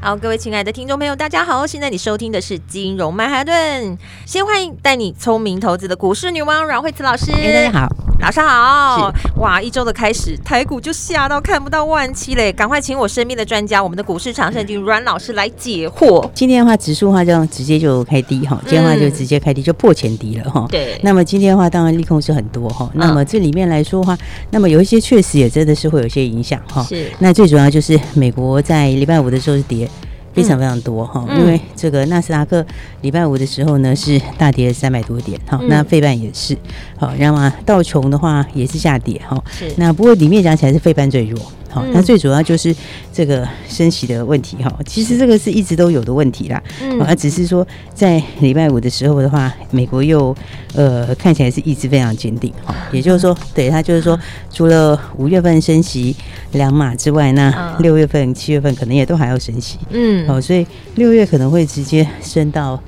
好，各位亲爱的听众朋友，大家好！现在你收听的是《金融曼哈顿》，先欢迎带你聪明投资的股市女王阮慧慈老师。哎、大家好，老师好！哇，一周的开始，台股就吓到看不到万七嘞，赶快请我身边的专家，我们的股市常胜军阮老师来解惑。今天的话，指数的话这样直接就开低哈，今天的话嗯就直接开低，就破前低了哈。对嗯那么今天的话，当然利空是很多哈。那么这里面来说的话，那么有一些确实也真的是会有一些影响哈。是那最主要就是美国在礼拜五的时候是跌。非常非常多哈，嗯因为这个纳斯达克礼拜五的时候呢是大跌三百多点，好、嗯那费半也是，好，那么道琼的话也是下跌哈，是那不过里面讲起来是费半最弱，好、嗯那最主要就是这个升息的问题哈、其实这个是一直都有的问题啦，嗯好那、只是说在礼拜五的时候的话，美国又呃看起来是意志非常坚定嗯哈、也就是说，对它就是说，除了五月份升息两码之外，那嗯六月份、七月份可能也都还要升息，嗯哦，所以六月可能会直接升到。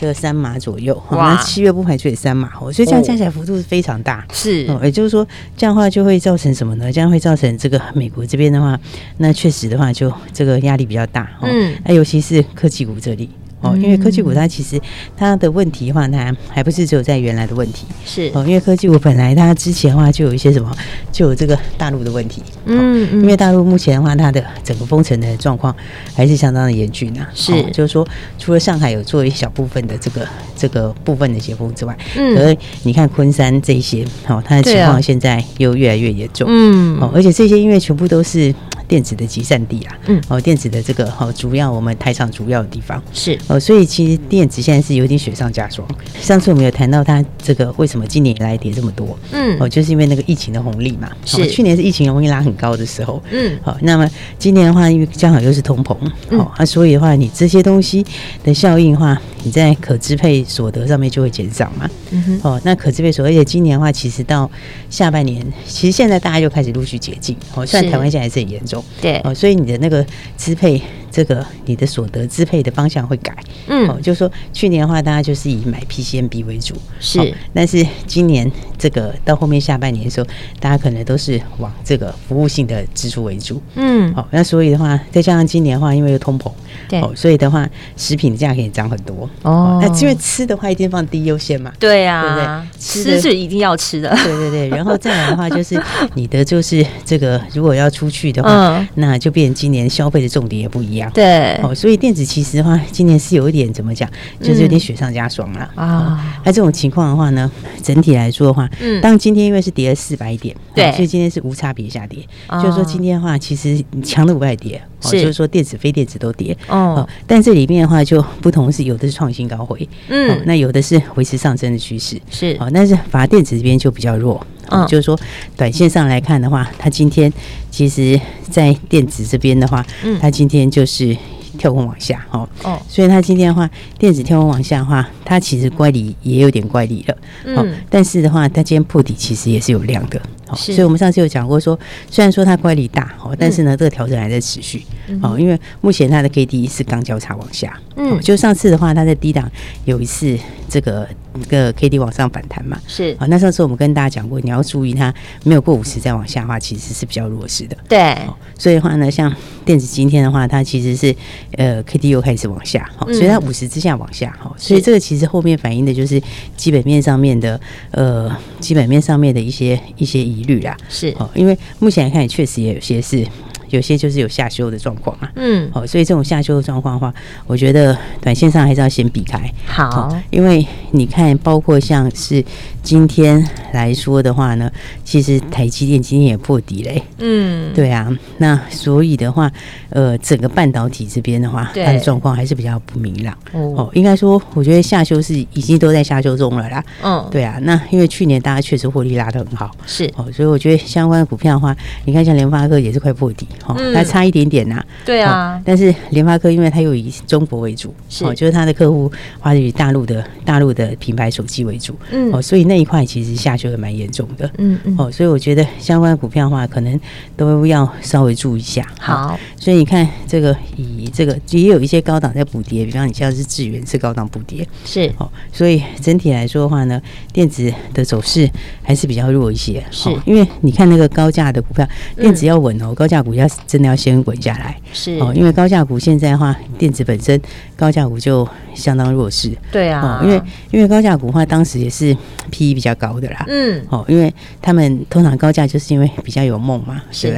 这个三码左右，好，哇那七月不排除也三码哦，所以这样加起来幅度是非常大。是哦，也就是说，这样的话就会造成什么呢？这样会造成这个美国这边的话，那确实的话就这个压力比较大哦。嗯那、尤其是科技股这里。哦，因为科技股它其实它的问题的话，它还不是只有在原来的问题是哦。因为科技股本来它之前的话就有一些什么，就有这个大陆的问题。嗯因为大陆目前的话，它的整个封城的状况还是相当的严峻啊。是就是说，除了上海有做一小部分的这个这个部分的解封之外，嗯可是你看昆山这一些，哦，它的对啊情况现在又越来越严重。嗯哦，而且这些因为全部都是电子的集散地啦，嗯哦，电子的这个哦，主要我们台场主要的地方，是哦，所以其实电子现在是有点雪上加霜。上次我们有谈到它这个为什么今年以来跌这么多，嗯哦，就是因为那个疫情的红利嘛，是哦、去年是疫情容易拉很高的时候，嗯好、那么今年的话，因为刚好又是通膨，好、嗯啊，所以的话，你这些东西的效应的话，你在可支配所得上面就会减少嘛。嗯哼哦，那可支配所，而且今年的话，其实到下半年，其实现在大家又开始陆续解禁，哦，虽然是台湾现在还是很严重，对哦，所以你的那个支配，这个你的所得支配的方向会改，哦，嗯就是说去年的话，大家就是以买 PCMB 为主，是哦但是今年这个到后面下半年的时候，大家可能都是往这个服务性的支出为主。嗯好、那所以的话，再加上今年的话，因为有通膨，对哦，所以的话，食品的价格也涨很多哦那因为吃的话，一定放低优先嘛。对对啊不，对吃吃的是一定要吃的，对对对，然后再来的话，就是你的就是这个，如果要出去的话，嗯那就变成今年消费的重点也不一样。对哦，所以电子其实的话，今年是有一点怎么讲，就是有嗯点雪上加霜啦。啊，那这种情况的话呢，整体来说的话，嗯当然今天因为是跌了四百点，对哦所以今天是无差别下跌，哦就是说今天的话，其实强的五百跌，哦是就是说电子非电子都跌，哦，但这里面的话就不同是有的是创新高回，哦嗯那有的是维持上升的趋势，是哦，但是反而电子这边就比较弱，哦嗯就是说短线上来看的话，它今天其实在电子这边的话，嗯它今天就是跳空往下，哦，哦所以它今天的话，电子跳空往下的话，它其实乖离也有点乖离了。嗯哦，但是的话，它今天破底其实也是有量的。哦，是所以我们上次有讲过说，虽然说它乖离大，哦，但是呢，这个调整还在持续。哦，因为目前它的 K D 是刚交叉往下。嗯哦就上次的话，它在低档有一次这个这个 K D 往上反弹嘛。哦是好、那上次我们跟大家讲过，你要注意它没有过五十再往下的话，其实是比较弱势的。对哦所以的话呢，像电子今天的话，它其实是呃 K D 又开始往下，好、所以它五十之下往下，好、所以这个其实后面反映的就是基本面上面的呃基本面上面的一些一些疑虑啦，是哦，因为目前来看也确实也有些是有些就是有下修的状况啊。嗯哦，所以这种下修的状况的话，我觉得短线上还是要先避开。好哦，因为你看，包括像是今天来说的话呢，其实台积电今天也破底嘞、嗯对啊，那所以的话，呃，整个半导体这边的话，对它的状况还是比较不明朗。哦哦，应该说，我觉得下修是已经都在下修中了啦。嗯对啊，那因为去年大家确实获利拉得很好，是哦，所以我觉得相关的股票的话，你看像联发科也是快破底，哈嗯，它差一点点呐、对哦啊，但是联发科因为它又以中国为主，哦是就是它的客户还是以大陆的大陆的品牌手机为主，嗯哦，所以那一块其实下修的蛮严重的。嗯嗯，哦，所以我觉得相关的股票的话，可能都要稍微注意一下。哦，好，所以你看这个以这个也有一些高档在补跌，比方你像是智源是高档补跌，是哦，所以整体来说的话呢，电子的走势还是比较弱一些，哦是因为你看那个高价的股票，嗯电子要稳哦，高价股要真的要先稳下来是，哦，因为高价股现在的话，电子本身高价股就相当弱势对哦啊，，因为因为高价股的话，当时也是 P E 比较高的啦，嗯哦，因为他们通常高价就是因为比较有梦嘛，是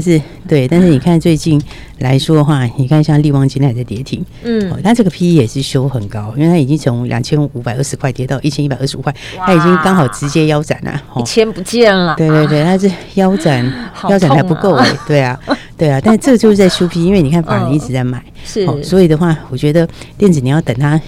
不对？但是对，但是你看最近来说的话，你看像力旺今天还在跌停，哦嗯，，它这个 P E 也是修很高，因为它已经从两千五百二十块跌到一千一百二十五块，它已经刚好直接腰斩了、一哦。千不见了，对对对，它是腰斩，好腰斩还痛不够啊哎、对啊，对啊，但这就是在修 P，因为你看法人一直在买，嗯哦是，所以的话，我觉得电子你要等它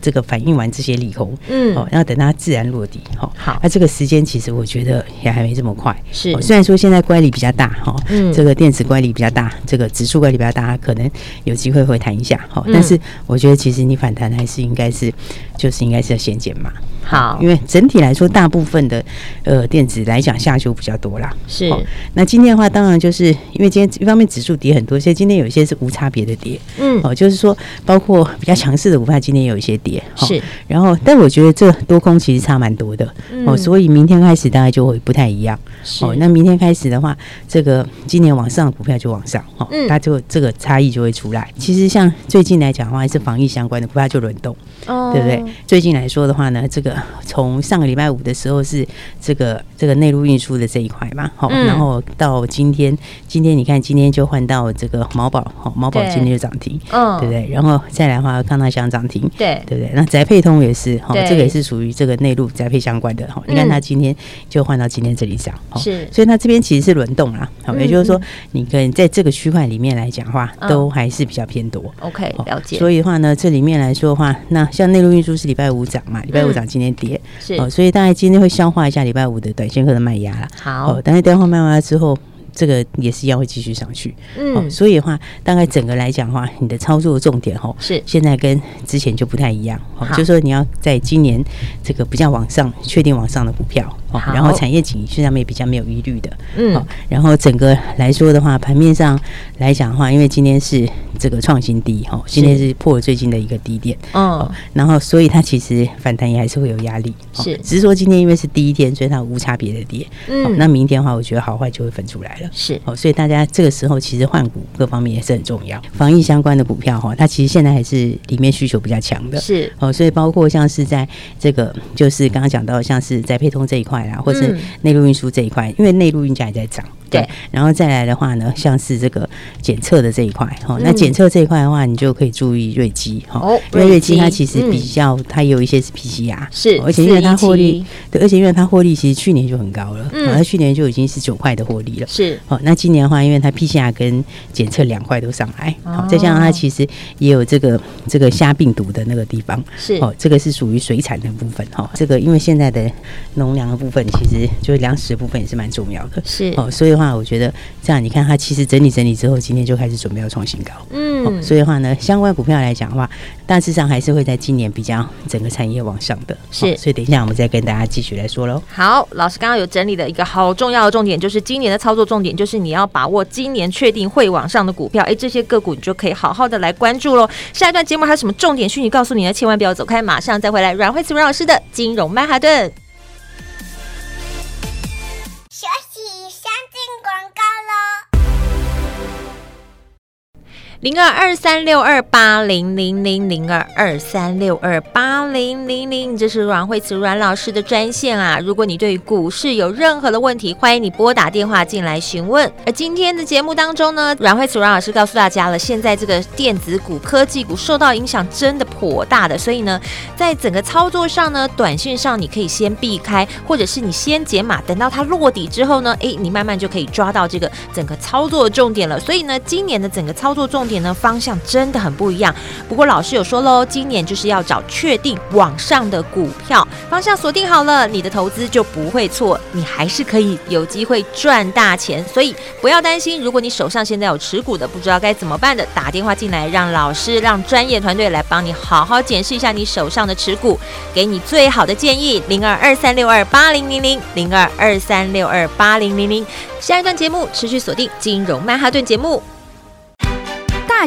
这个反应完这些利空，嗯哦，要等它自然落地，哦，好那、这个时间其实我觉得也还没这么快，是哦虽然说现在乖离比较大，哈、哦，嗯这个电子乖离比较大，这个指数乖离比较大，可能有机会会谈一下，哈、哦嗯，但是我觉得其实你反弹还是应该是，就是应该是要先减嘛，好因为整体来说，大部分的呃电子来讲下修比较多啦。是哦那今天的话，当然就是因为今天一方面指数跌很多，所以今天有一些是无差别的跌，嗯哦，就是说包括比较强势的股票，今天也有一些跌，哦是。然后，但我觉得这多空其实差蛮多的，哦，嗯所以明天开始大概就会不太一样。是哦，那明天开始的话，这个今年往上的股票就往上，哦，嗯它就这个差异就会出来。其实像最近来讲的话，还是防疫相关的股票就轮动，哦对不对？最近来说的话呢，这个从上个礼拜五的时候是这个这个内陆运输的这一块嘛，好、嗯然后到今天，今天你看今天就换到这个毛宝，好、毛宝对今天就涨停，嗯对不对？然后再来的话，康大香涨停。对对不对？那宅配通也是哈、对这个也是属于这个内陆宅配相关的哈、你嗯看它今天就换到今天这里涨，哦是所以它这边其实是轮动啦，好、嗯也就是说嗯，你可以在这个区块里面来讲的话，嗯都还是比较偏多。 OK 哦了解，所以的话呢，这里面来说的话，那像内陆运输是礼拜五涨嘛，礼拜五涨今天跌，嗯是哦，所以大概今天会消化一下礼拜五的短线客的卖压啦。好哦，但是待会卖完了之后。这个也是一样会继续上去，哦，嗯所以的话，大概整个来讲的话，你的操作重点哦，是现在跟之前就不太一样，哦好就说你要在今年这个比较往上、确定往上的股票，哦好然后产业景气上面也比较没有疑虑的，嗯哦，然后整个来说的话，盘面上来讲的话，因为今天是这个创新低哈，哦今天是破了最近的一个低点，嗯然后所以它其实反弹也还是会有压力，哦是只是说今天因为是第一天，所以它无差别的跌，哦嗯那明天的话，我觉得好坏就会分出来了。是哦，所以大家这个时候其实换股各方面也是很重要。防疫相关的股票哈、哦，它其实现在还是里面需求比较强的。是哦，所以包括像是在这个，就是刚刚讲到像是在配通这一块啦，或是嗯内陆运输这一块，因为内陆运价也在涨。对，然后再来的话呢，像是这个检测的这一块，哦，那嗯检测这一块的话，你就可以注意瑞基，哦因为瑞瑞基基它其实嗯比较，它也有一些是 PCR，是哦而且因为它获利417，对，而且因为它获利其实去年就很高了，嗯嗯，它去年就已经是九块的获利了，是哦，那今年的话，因为它 PCR 跟检测两块都上来，好、哦再加上它其实也有这个这个虾病毒的那个地方，是哦，这个是属于水产的部分哈、哦。这个因为现在的农粮的部分，其实就是粮食的部分也是蛮重要的，是哦，所以的话，我觉得这样你看它其实整理整理之后，今天就开始准备要创新高。哦嗯所以的话呢，相关股票来讲的话，大致上还是会在今年比较整个产业往上的。是哦所以等一下我们再跟大家继续来说喽。好，老师刚刚有整理的一个好重要的重点，就是今年的操作重点，就是你要把握今年确定会往上的股票，哎，这些个股你就可以好好的来关注喽。下一段节目还有什么重点讯息告诉你呢？千万不要走开，马上再回来。阮慧慈阮老师的金融曼哈顿。学习先进广告喽。零二二三六二八零零零零二二三六二八零零零，这是阮慧慈阮老师的专线啊！如果你对于股市有任何的问题，欢迎你拨打电话进来询问。而今天的节目当中呢，阮慧慈阮老师告诉大家了，现在这个电子股、科技股受到影响真的颇大的，所以呢，在整个操作上呢，短线上你可以先避开，或者是你先解码，等到它落底之后呢，诶，你慢慢就可以抓到这个整个操作的重点了。所以呢，今年的整个操作重点。点的方向真的很不一样。不过老师有说喽，今年就是要找确定往上的股票，方向锁定好了，你的投资就不会错，你还是可以有机会赚大钱。所以不要担心，如果你手上现在有持股的，不知道该怎么办的，打电话进来，让老师、让专业团队来帮你好好检视一下你手上的持股，给你最好的建议。零二二三六二八零零零零二二三六二八零零零。下一段节目持续锁定《金融曼哈顿》节目。大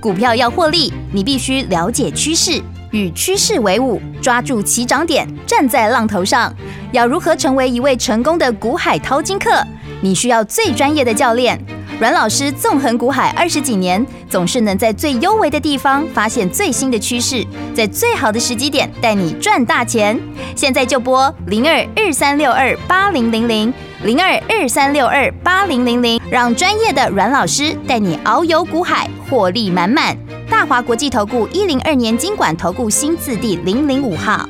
股票要获利，你必须了解趋势，与趋势为伍，抓住起涨点，站在浪头上。要如何成为一位成功的股海淘金客？你需要最专业的教练。阮老师纵横股海二十几年，总是能在最优微的地方发现最新的趋势，在最好的时机点带你赚大钱。现在就拨零二二三六二八零零零零二二三六二八零零零，让专业的阮老师带你遨游股海，获利满满。大华国际投顾一零二年经管投顾新字第零零五号。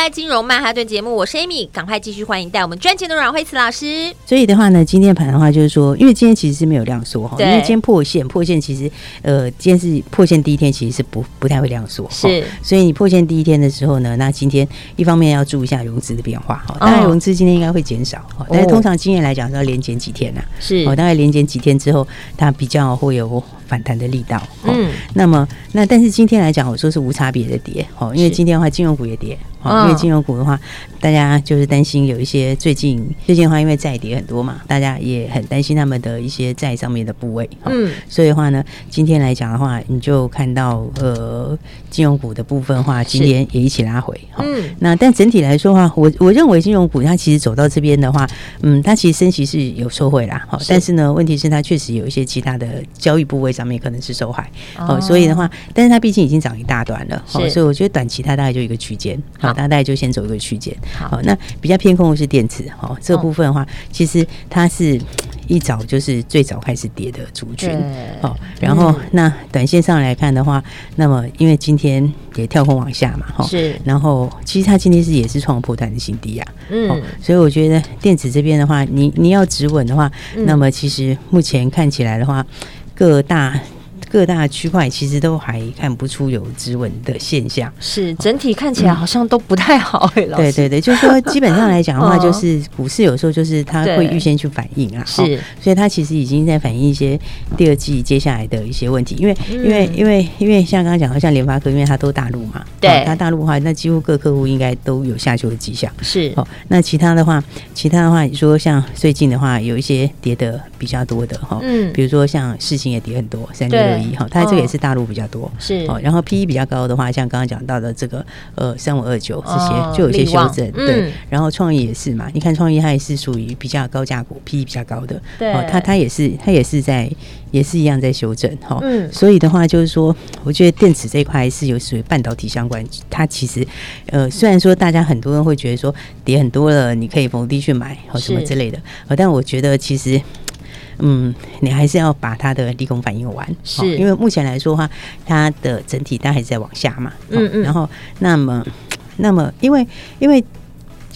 来金融曼哈顿节目，我是 Amy，赶快继续欢迎带我们赚钱的阮慧慈老师。所以的话呢，今天盘的话就是说，因为今天其实是没有量缩哈，对因为今天破线，破线其实呃，今天是破线第一天，其实是不不太会量缩，是哦所以你破线第一天的时候呢，那今天一方面要注意一下融资的变化哈，当然哦融资今天应该会减少，哦但是哦通常经验来讲是要连减几天呐、是哦，大概连减几天之后，它比较会有反弹的力道。哦、嗯，那么那但是今天来讲，我说是无差别的跌，哦，因为是今天的话，金融股也跌，哦，嗯因为金融股的话，大家就是担心有一些最近最近的话，因为债跌很多嘛，大家也很担心他们的一些债上面的部位，哦、嗯，所以的话呢，今天来讲的话，你就看到呃，金融股的部分的话，今天也一起拉回，哦嗯那但整体来说的话，我我认为金融股它其实走到这边的话，嗯，它其实升息是有收回啦，好，但是呢，问题是它确实有一些其他的交易部位上面可能是受害，哦，哦所以的话，但是它毕竟已经涨一大段了，哦，是所以我觉得短期它大概就一个区间，好它大概就先走一个区间，好那比较偏空的是电子，哦，这哦个部分的话，其实它是。一早就是最早开始跌的族群对，嗯哦，然后那短线上来看的话，那么因为今天也跳空往下嘛，哈、是然后其实它今天是也是创破断的新低啊，嗯哦，所以我觉得电子这边的话，你你要止稳的话，嗯那么其实目前看起来的话，各大各大区块其实都还看不出有止稳的现象。是整体看起来好像都不太好哎、老对师。对对，就是说，基本上来讲的话， 哦就是股市有时候就是它对会预先去反应啊，是哦所以它其实已经在反映一些第二季接下来的一些问题，因为嗯因为因为因为像刚刚讲到，像联发科，因为它都大陆嘛，对哦它大陆的话，那几乎各客户应该都有下修的迹象。是哦，那其他的话，其他的话，你说像最近的话，有一些跌的比较多的哈，哦嗯比如说像世新也跌很多，三六对六一哈，哦它这个也嗯是大陆比较多，是哦，然后 P E 比较高的话，像刚刚讲到的这个呃三五二九这些、哦就有一些力修旺正，嗯对，然后创意也是嘛，你看创意它也是属于比较高价股，P E 比较高的，对它它也是它也是在也是一样在修正哈，哦嗯所以的话就是说，我觉得电子这一块是有属于半导体相关，它其实呃虽然说大家很多人会觉得说跌很多了，你可以逢低去买或什么是之类的，呃，但我觉得其实。嗯，你还是要把它的利空反应完，是哦因为目前来说的话，它的整体它还是在往下嘛，哦嗯嗯然后那么那么因为因为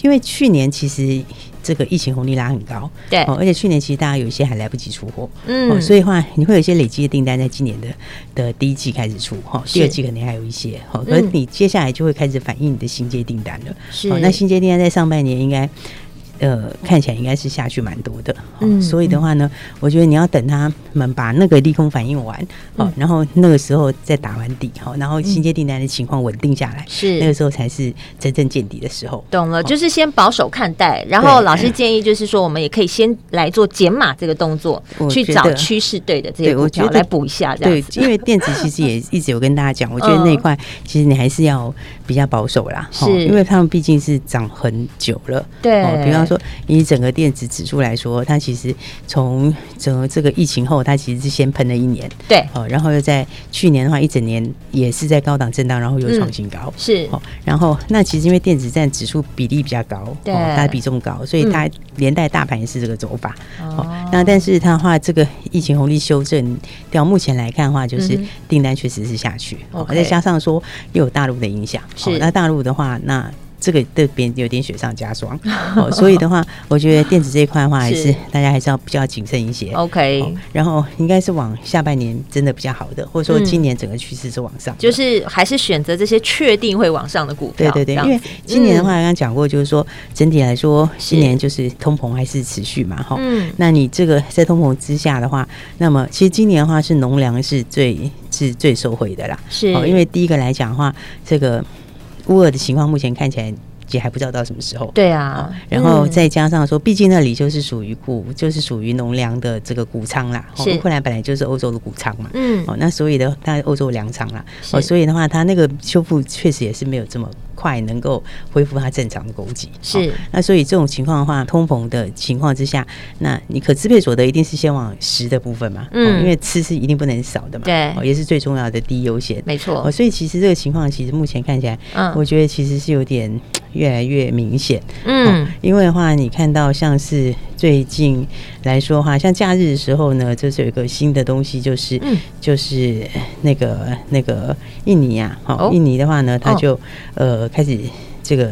因为去年其实这个疫情红利拉很高，对哦，而且去年其实大家有一些还来不及出货，嗯哦，所以的话你会有一些累积的订单在今年的的第一季开始出，哈、哦，第二季可能还有一些，哦，嗯而你接下来就会开始反映你的新接订单了，是哦，那新接订单在上半年应该。呃，看起来应该是下去蛮多的，哦嗯所以的话呢，我觉得你要等他们把那个利空反应完，嗯哦，然后那个时候再打完底，哦，然后新接订单的情况稳定下来，是那个时候才是真正见底的时候。懂了，哦就是先保守看待，然后对哎老师建议就是说，我们也可以先来做减码这个动作，我去觉找得趋势对的这些对我股票觉得来补一下，这对样，子。嗯因为电子其 实也一直有跟大家讲，我觉得那一块其实你还是要比较保守啦，是齁因为他们毕竟是涨很久了。对齁比方说以整个电子指数来说，它其实从整个这个疫情后，它其实是先喷了一年，对哦，然后又在去年的话，一整年也是在高档震荡，然后又创新高。嗯是哦，然后那其实因为电子占指数比例比较高，对哦、它的比重高，所以嗯它连带大盘也是这个走法。哦，那但是它的话，这个疫情红利修正掉，目前来看的话，就是嗯订单确实是下去，哦， OK 再加上说又有大陆的影响，哦是那大陆的话，那。这个对别人有点雪上加 霜，哦，所以的话，我觉得电子这一块的话，还是是大家还是要比较谨慎一些。 OK，、哦然后应该是往下半年真的比较好的，或者说嗯今年整个趋势是往上的、就是还是选择这些确定会往上的股对票，对对，这样因为子今年的话，嗯刚刚讲过，就是说整体来说，今年就是通膨还是持续嘛，哈。嗯那你这个在通膨之下的话，那么其实今年的话是农粮是最是最受惠的啦，是哦，因为第一个来讲的话，这个乌尔的情况目前看起来也还不知道到什么时候，对啊，然后嗯再加上说，毕竟那里就是属于谷，就是属于农粮的这个谷仓啦。哦是乌克兰本来就是欧洲的谷仓嘛。嗯哦，那所以的，它欧洲粮仓啦，哦，是所以的话，它那个修复确实也是没有这么快能够恢复它正常的供给。是哦那所以这种情况的话，通膨的情况之下，那你可支配所得一定是先往食的部分嘛，嗯哦因为吃是一定不能少的嘛，对哦，也是最重要的第一优先。没错哦，所以其实这个情况，其实目前看起来，嗯我觉得其实是有点越来越明显。嗯哦，因为的话，你看到像是最近来说的话，像假日的时候呢，就是有一个新的东西，就是、嗯就是那个那个印尼啊，好、哦印尼的话呢，它哦就、呃开始这个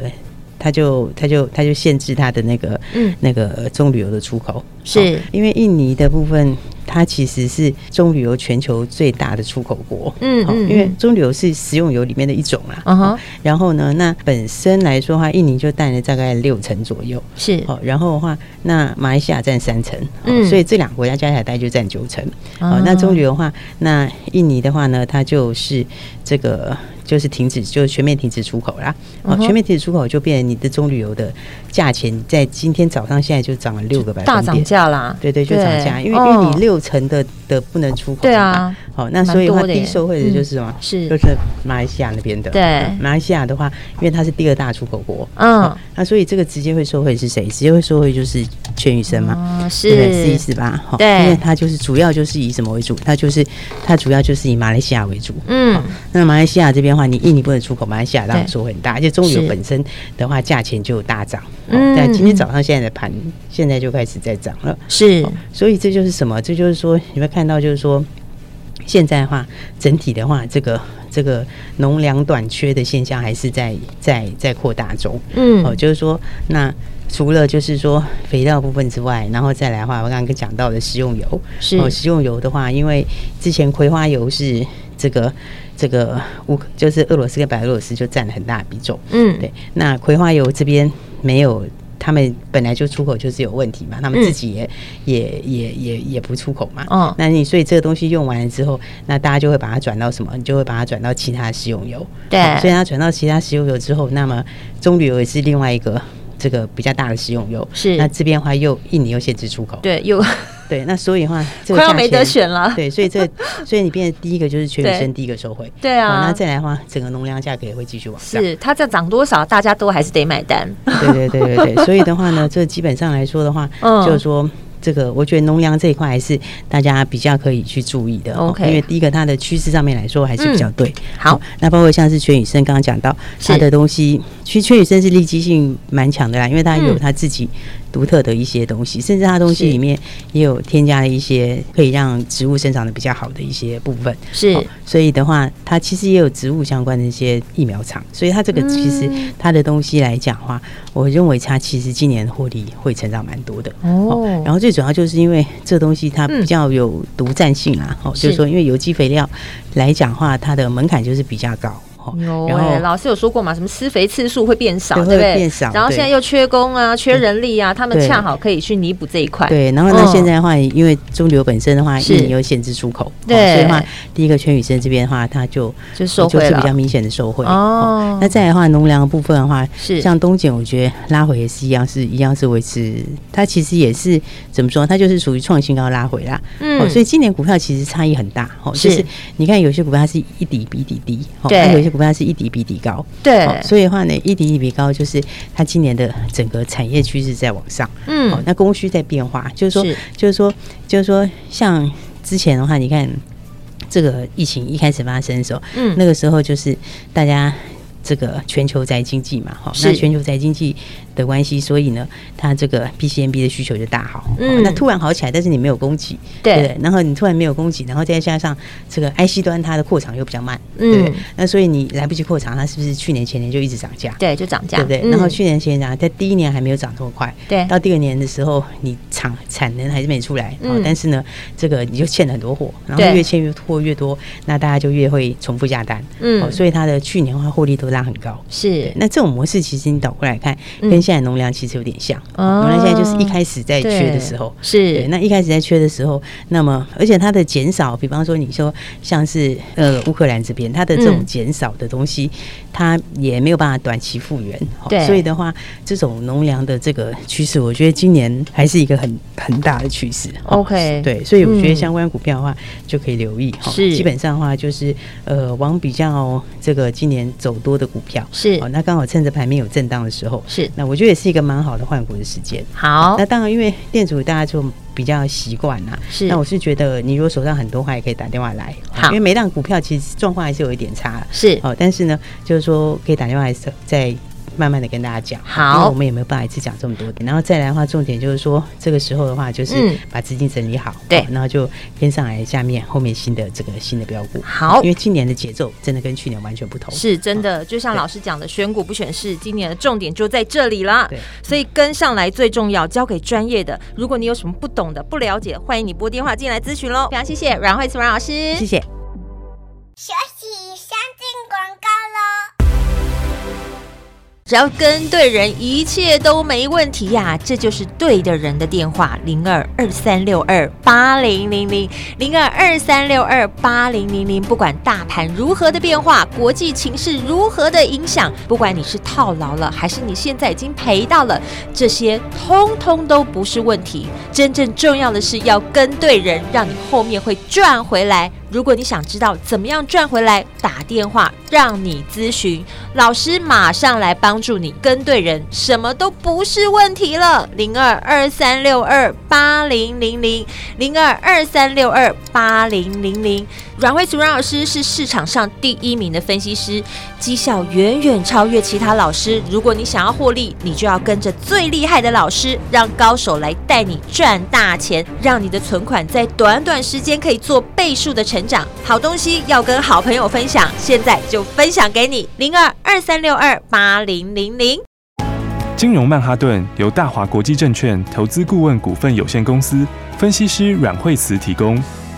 他就他就他就限制他的那个嗯那个中旅游的出口，是哦因为印尼的部分。它其实是中旅游全球最大的出口国，嗯哦嗯因为嗯中旅游是食用油里面的一种啦。嗯哼哦然后呢，那本身来说的话，印尼就占了大概六成左右，是哦，然后的话，那马来西亚占三成，哦嗯所以这两个国家加起来大概就占九成。啊哦，那中旅游的话，那印尼的话呢，它就是这个就是停止，就是全面停止出口啦。哦嗯，哼全面停止出口就变成你的中旅游的价钱，在今天早上现在就涨了六个百大分涨点。价啦，对对，就涨价，因为哦因为你六成的的不能出口嘛，对啊好，那所以的蛮多话，的耶嗯低受惠的就是什么？是就是马来西亚那边的。对嗯马来西亚的话，因为它是第二大出口国，嗯，那所以这个直接会受惠是谁？直接会受惠就是全宇生嘛。啊对不对是试一试吧，哈对因为它就是主要就是以什么为主？它就是它主要就是以马来西亚为主。嗯好那马来西亚这边的话，你印尼不能出口，马来西亚当然对说很大，而且中油是本身的话，价钱就有大涨。哦嗯但今天早上现在的盘现在就开始在涨了，是所以这就是什么？这就是说你会看到，就是说现在的话，整体的话，这个这个农粮短缺的现象还是在在在扩大中。嗯哦，就是说，那除了就是说肥料部分之外，然后再来的话，我刚刚讲到的食用油，是哦，食用油的话，因为之前葵花油是这个这个乌克，就是俄罗斯跟白俄罗斯就占了很大的比重，嗯对，那葵花油这边没有。他们本来就出口就是有问题嘛，他们嗯自己也、也也也也不出口嘛。嗯那你所以这个东西用完了之后，那大家就会把它转到什么？你就会把它转到其他食用油。对好所以它转到其他食用油之后，那么棕榈油也是另外一个这个比较大的食用油。是那这边的话又印尼又限制出口。对有对，那所以的 话，这个快要价没得钱选了对，所 以这所以你变成第一个就是全对民生第一个收回。对啊好那再来的话，整个农粮价格也会继续往 上。是它再涨多少，大家都还是得买单。 对对对对对，所以的话呢，这基本上来说的话，嗯就是说。这个我觉得农粮这一块还是大家比较可以去注意的哦 OK 嗯因为第一个它的趋势上面来说还是比较对。好哦，那包括像是全宇生刚刚讲到是它的东西，其实全宇生是利基性蛮强的啦，因为它有嗯它自己独特的一些东西，甚至它东西是里面也有添加了一些可以让植物生长的比较好的一些部分。是哦所以的话，它其实也有植物相关的一些疫苗厂，所以它这个其实嗯它的东西来讲的话，我认为它其实今年获利会成长蛮多的。哦然后最主要就是因为这东西它嗯比较有独占性啦，哦，就是是说因为有机肥料来讲的话，它的门槛就是比较高，哦有然哎、后老师有说过嘛，什么施肥次数会变少，对对不对？会变少然后对现在又缺工啊，缺人力啊，他们对恰好可以去弥补这一块。对，然后那嗯现在的话，因为中流本身的话，是印尼又限制出口，对哦所以的话，第一个全宇生这边的话，它就就受就惠是了比较明显的受惠哦那再来的话，农粮的部分的话，是像东碱，我觉得拉回也是一样，是一样是维持，它其实也是怎么说，它就是属于创新高拉回啦。嗯哦所以今年股票其实差异很大，哦，就是是你看有些股票它是一底比一底低，哦，对那有些股票它是一底比一底高，对哦所以的话呢，一底一比高就是它今年的整个产业趋势在往上，嗯哦，那供需在变化，就是说，是就是说，就是说，像之前的话，你看这个疫情一开始发生的时候，嗯那个时候就是大家。这个全球宅经济嘛，哈，是那全球宅经济的关系，所以呢，它这个 PCMB 的需求就大好，嗯哦那突然好起来，但是你没有供给，对不然后你突然没有供给，然后再加上这个 IC 端它的扩厂又比较慢，嗯对不对那所以你来不及扩厂，它是不是去年前年就一直涨价？对，就涨价，对不对？嗯然后去年前年涨，在第一年还没有涨这么快，对到第二年的时候，你产产能还是没出来，嗯哦但是呢，这个你就欠了很多货，然后对越欠越货越多，那大家就越会重复下单，嗯哦所以它的去年的话获利都拉很高。是那这种模式其实你倒过来看，嗯跟现在农粮其实有点像。哦农粮现在就是一开始在缺的时候对，是对那一开始在缺的时候，那么而且它的减少，比方说你说像是呃乌克兰这边，它的这种嗯减少的东西，它也没有办法短期复原。哦对所以的话，这种农粮的这个趋势，我觉得今年还是一个很很大的趋势。哦 OK 对，所以我觉嗯得相关股票的话就可以留意。哦是基本上的话就是呃往比较这个今年走多的股票。是哦，那刚好趁着盘面有震荡的时候，是那我觉得也是一个蛮好的换股的时间。好那当然，因为店主大家就比较习惯啦。是那我是觉得，你如果手上很多话，也可以打电话来。哦好因为每档股票其实状况还是有一点差。是哦，但是呢，就是说可以打电话来再慢慢的跟大家讲。好因为我们也没有办法一次讲这么多。然后再来的话，重点就是说，这个时候的话，就是嗯把资金整理好，哦对好然后就跟上来下面后面新的这个新的标股。好因为今年的节奏真的跟去年完全不同。是真的，就像老师讲的，选股不选市，今年的重点就在这里啦对。所以跟上来最重要，交给专业的。如果你有什么不懂的、不了解，欢迎你拨电话进来咨询喽。非常谢谢阮慧慈阮老师，谢谢。休息一下，进广告喽。只要跟对人，一切都没问题呀、这就是对的人的电话，零二二三六二八零零零，零二二三六二八零零零。不管大盘如何的变化，国际情势如何的影响，不管你是套牢了，还是你现在已经赔到了，这些通通都不是问题。真正重要的是要跟对人，让你后面会赚回来。如果你想知道怎么样赚回来，打电话让你咨询，老师马上来帮助你跟对人，什么都不是问题了。零二二三六二八零零零，零二二三六二八零零零。阮慧祖阮老师是市场上第一名的分析师，绩效远远超越其他老师。如果你想要获利，你就要跟着最厉害的老师，让高手来带你赚大钱，让你的存款在短短时间可以做倍数的成长。好东西要跟好朋友分享，现在就分享给你零二二三六二八零零零。金融曼哈顿由大华国际证券投资顾问股份有限公司分析师阮惠慈提供。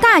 大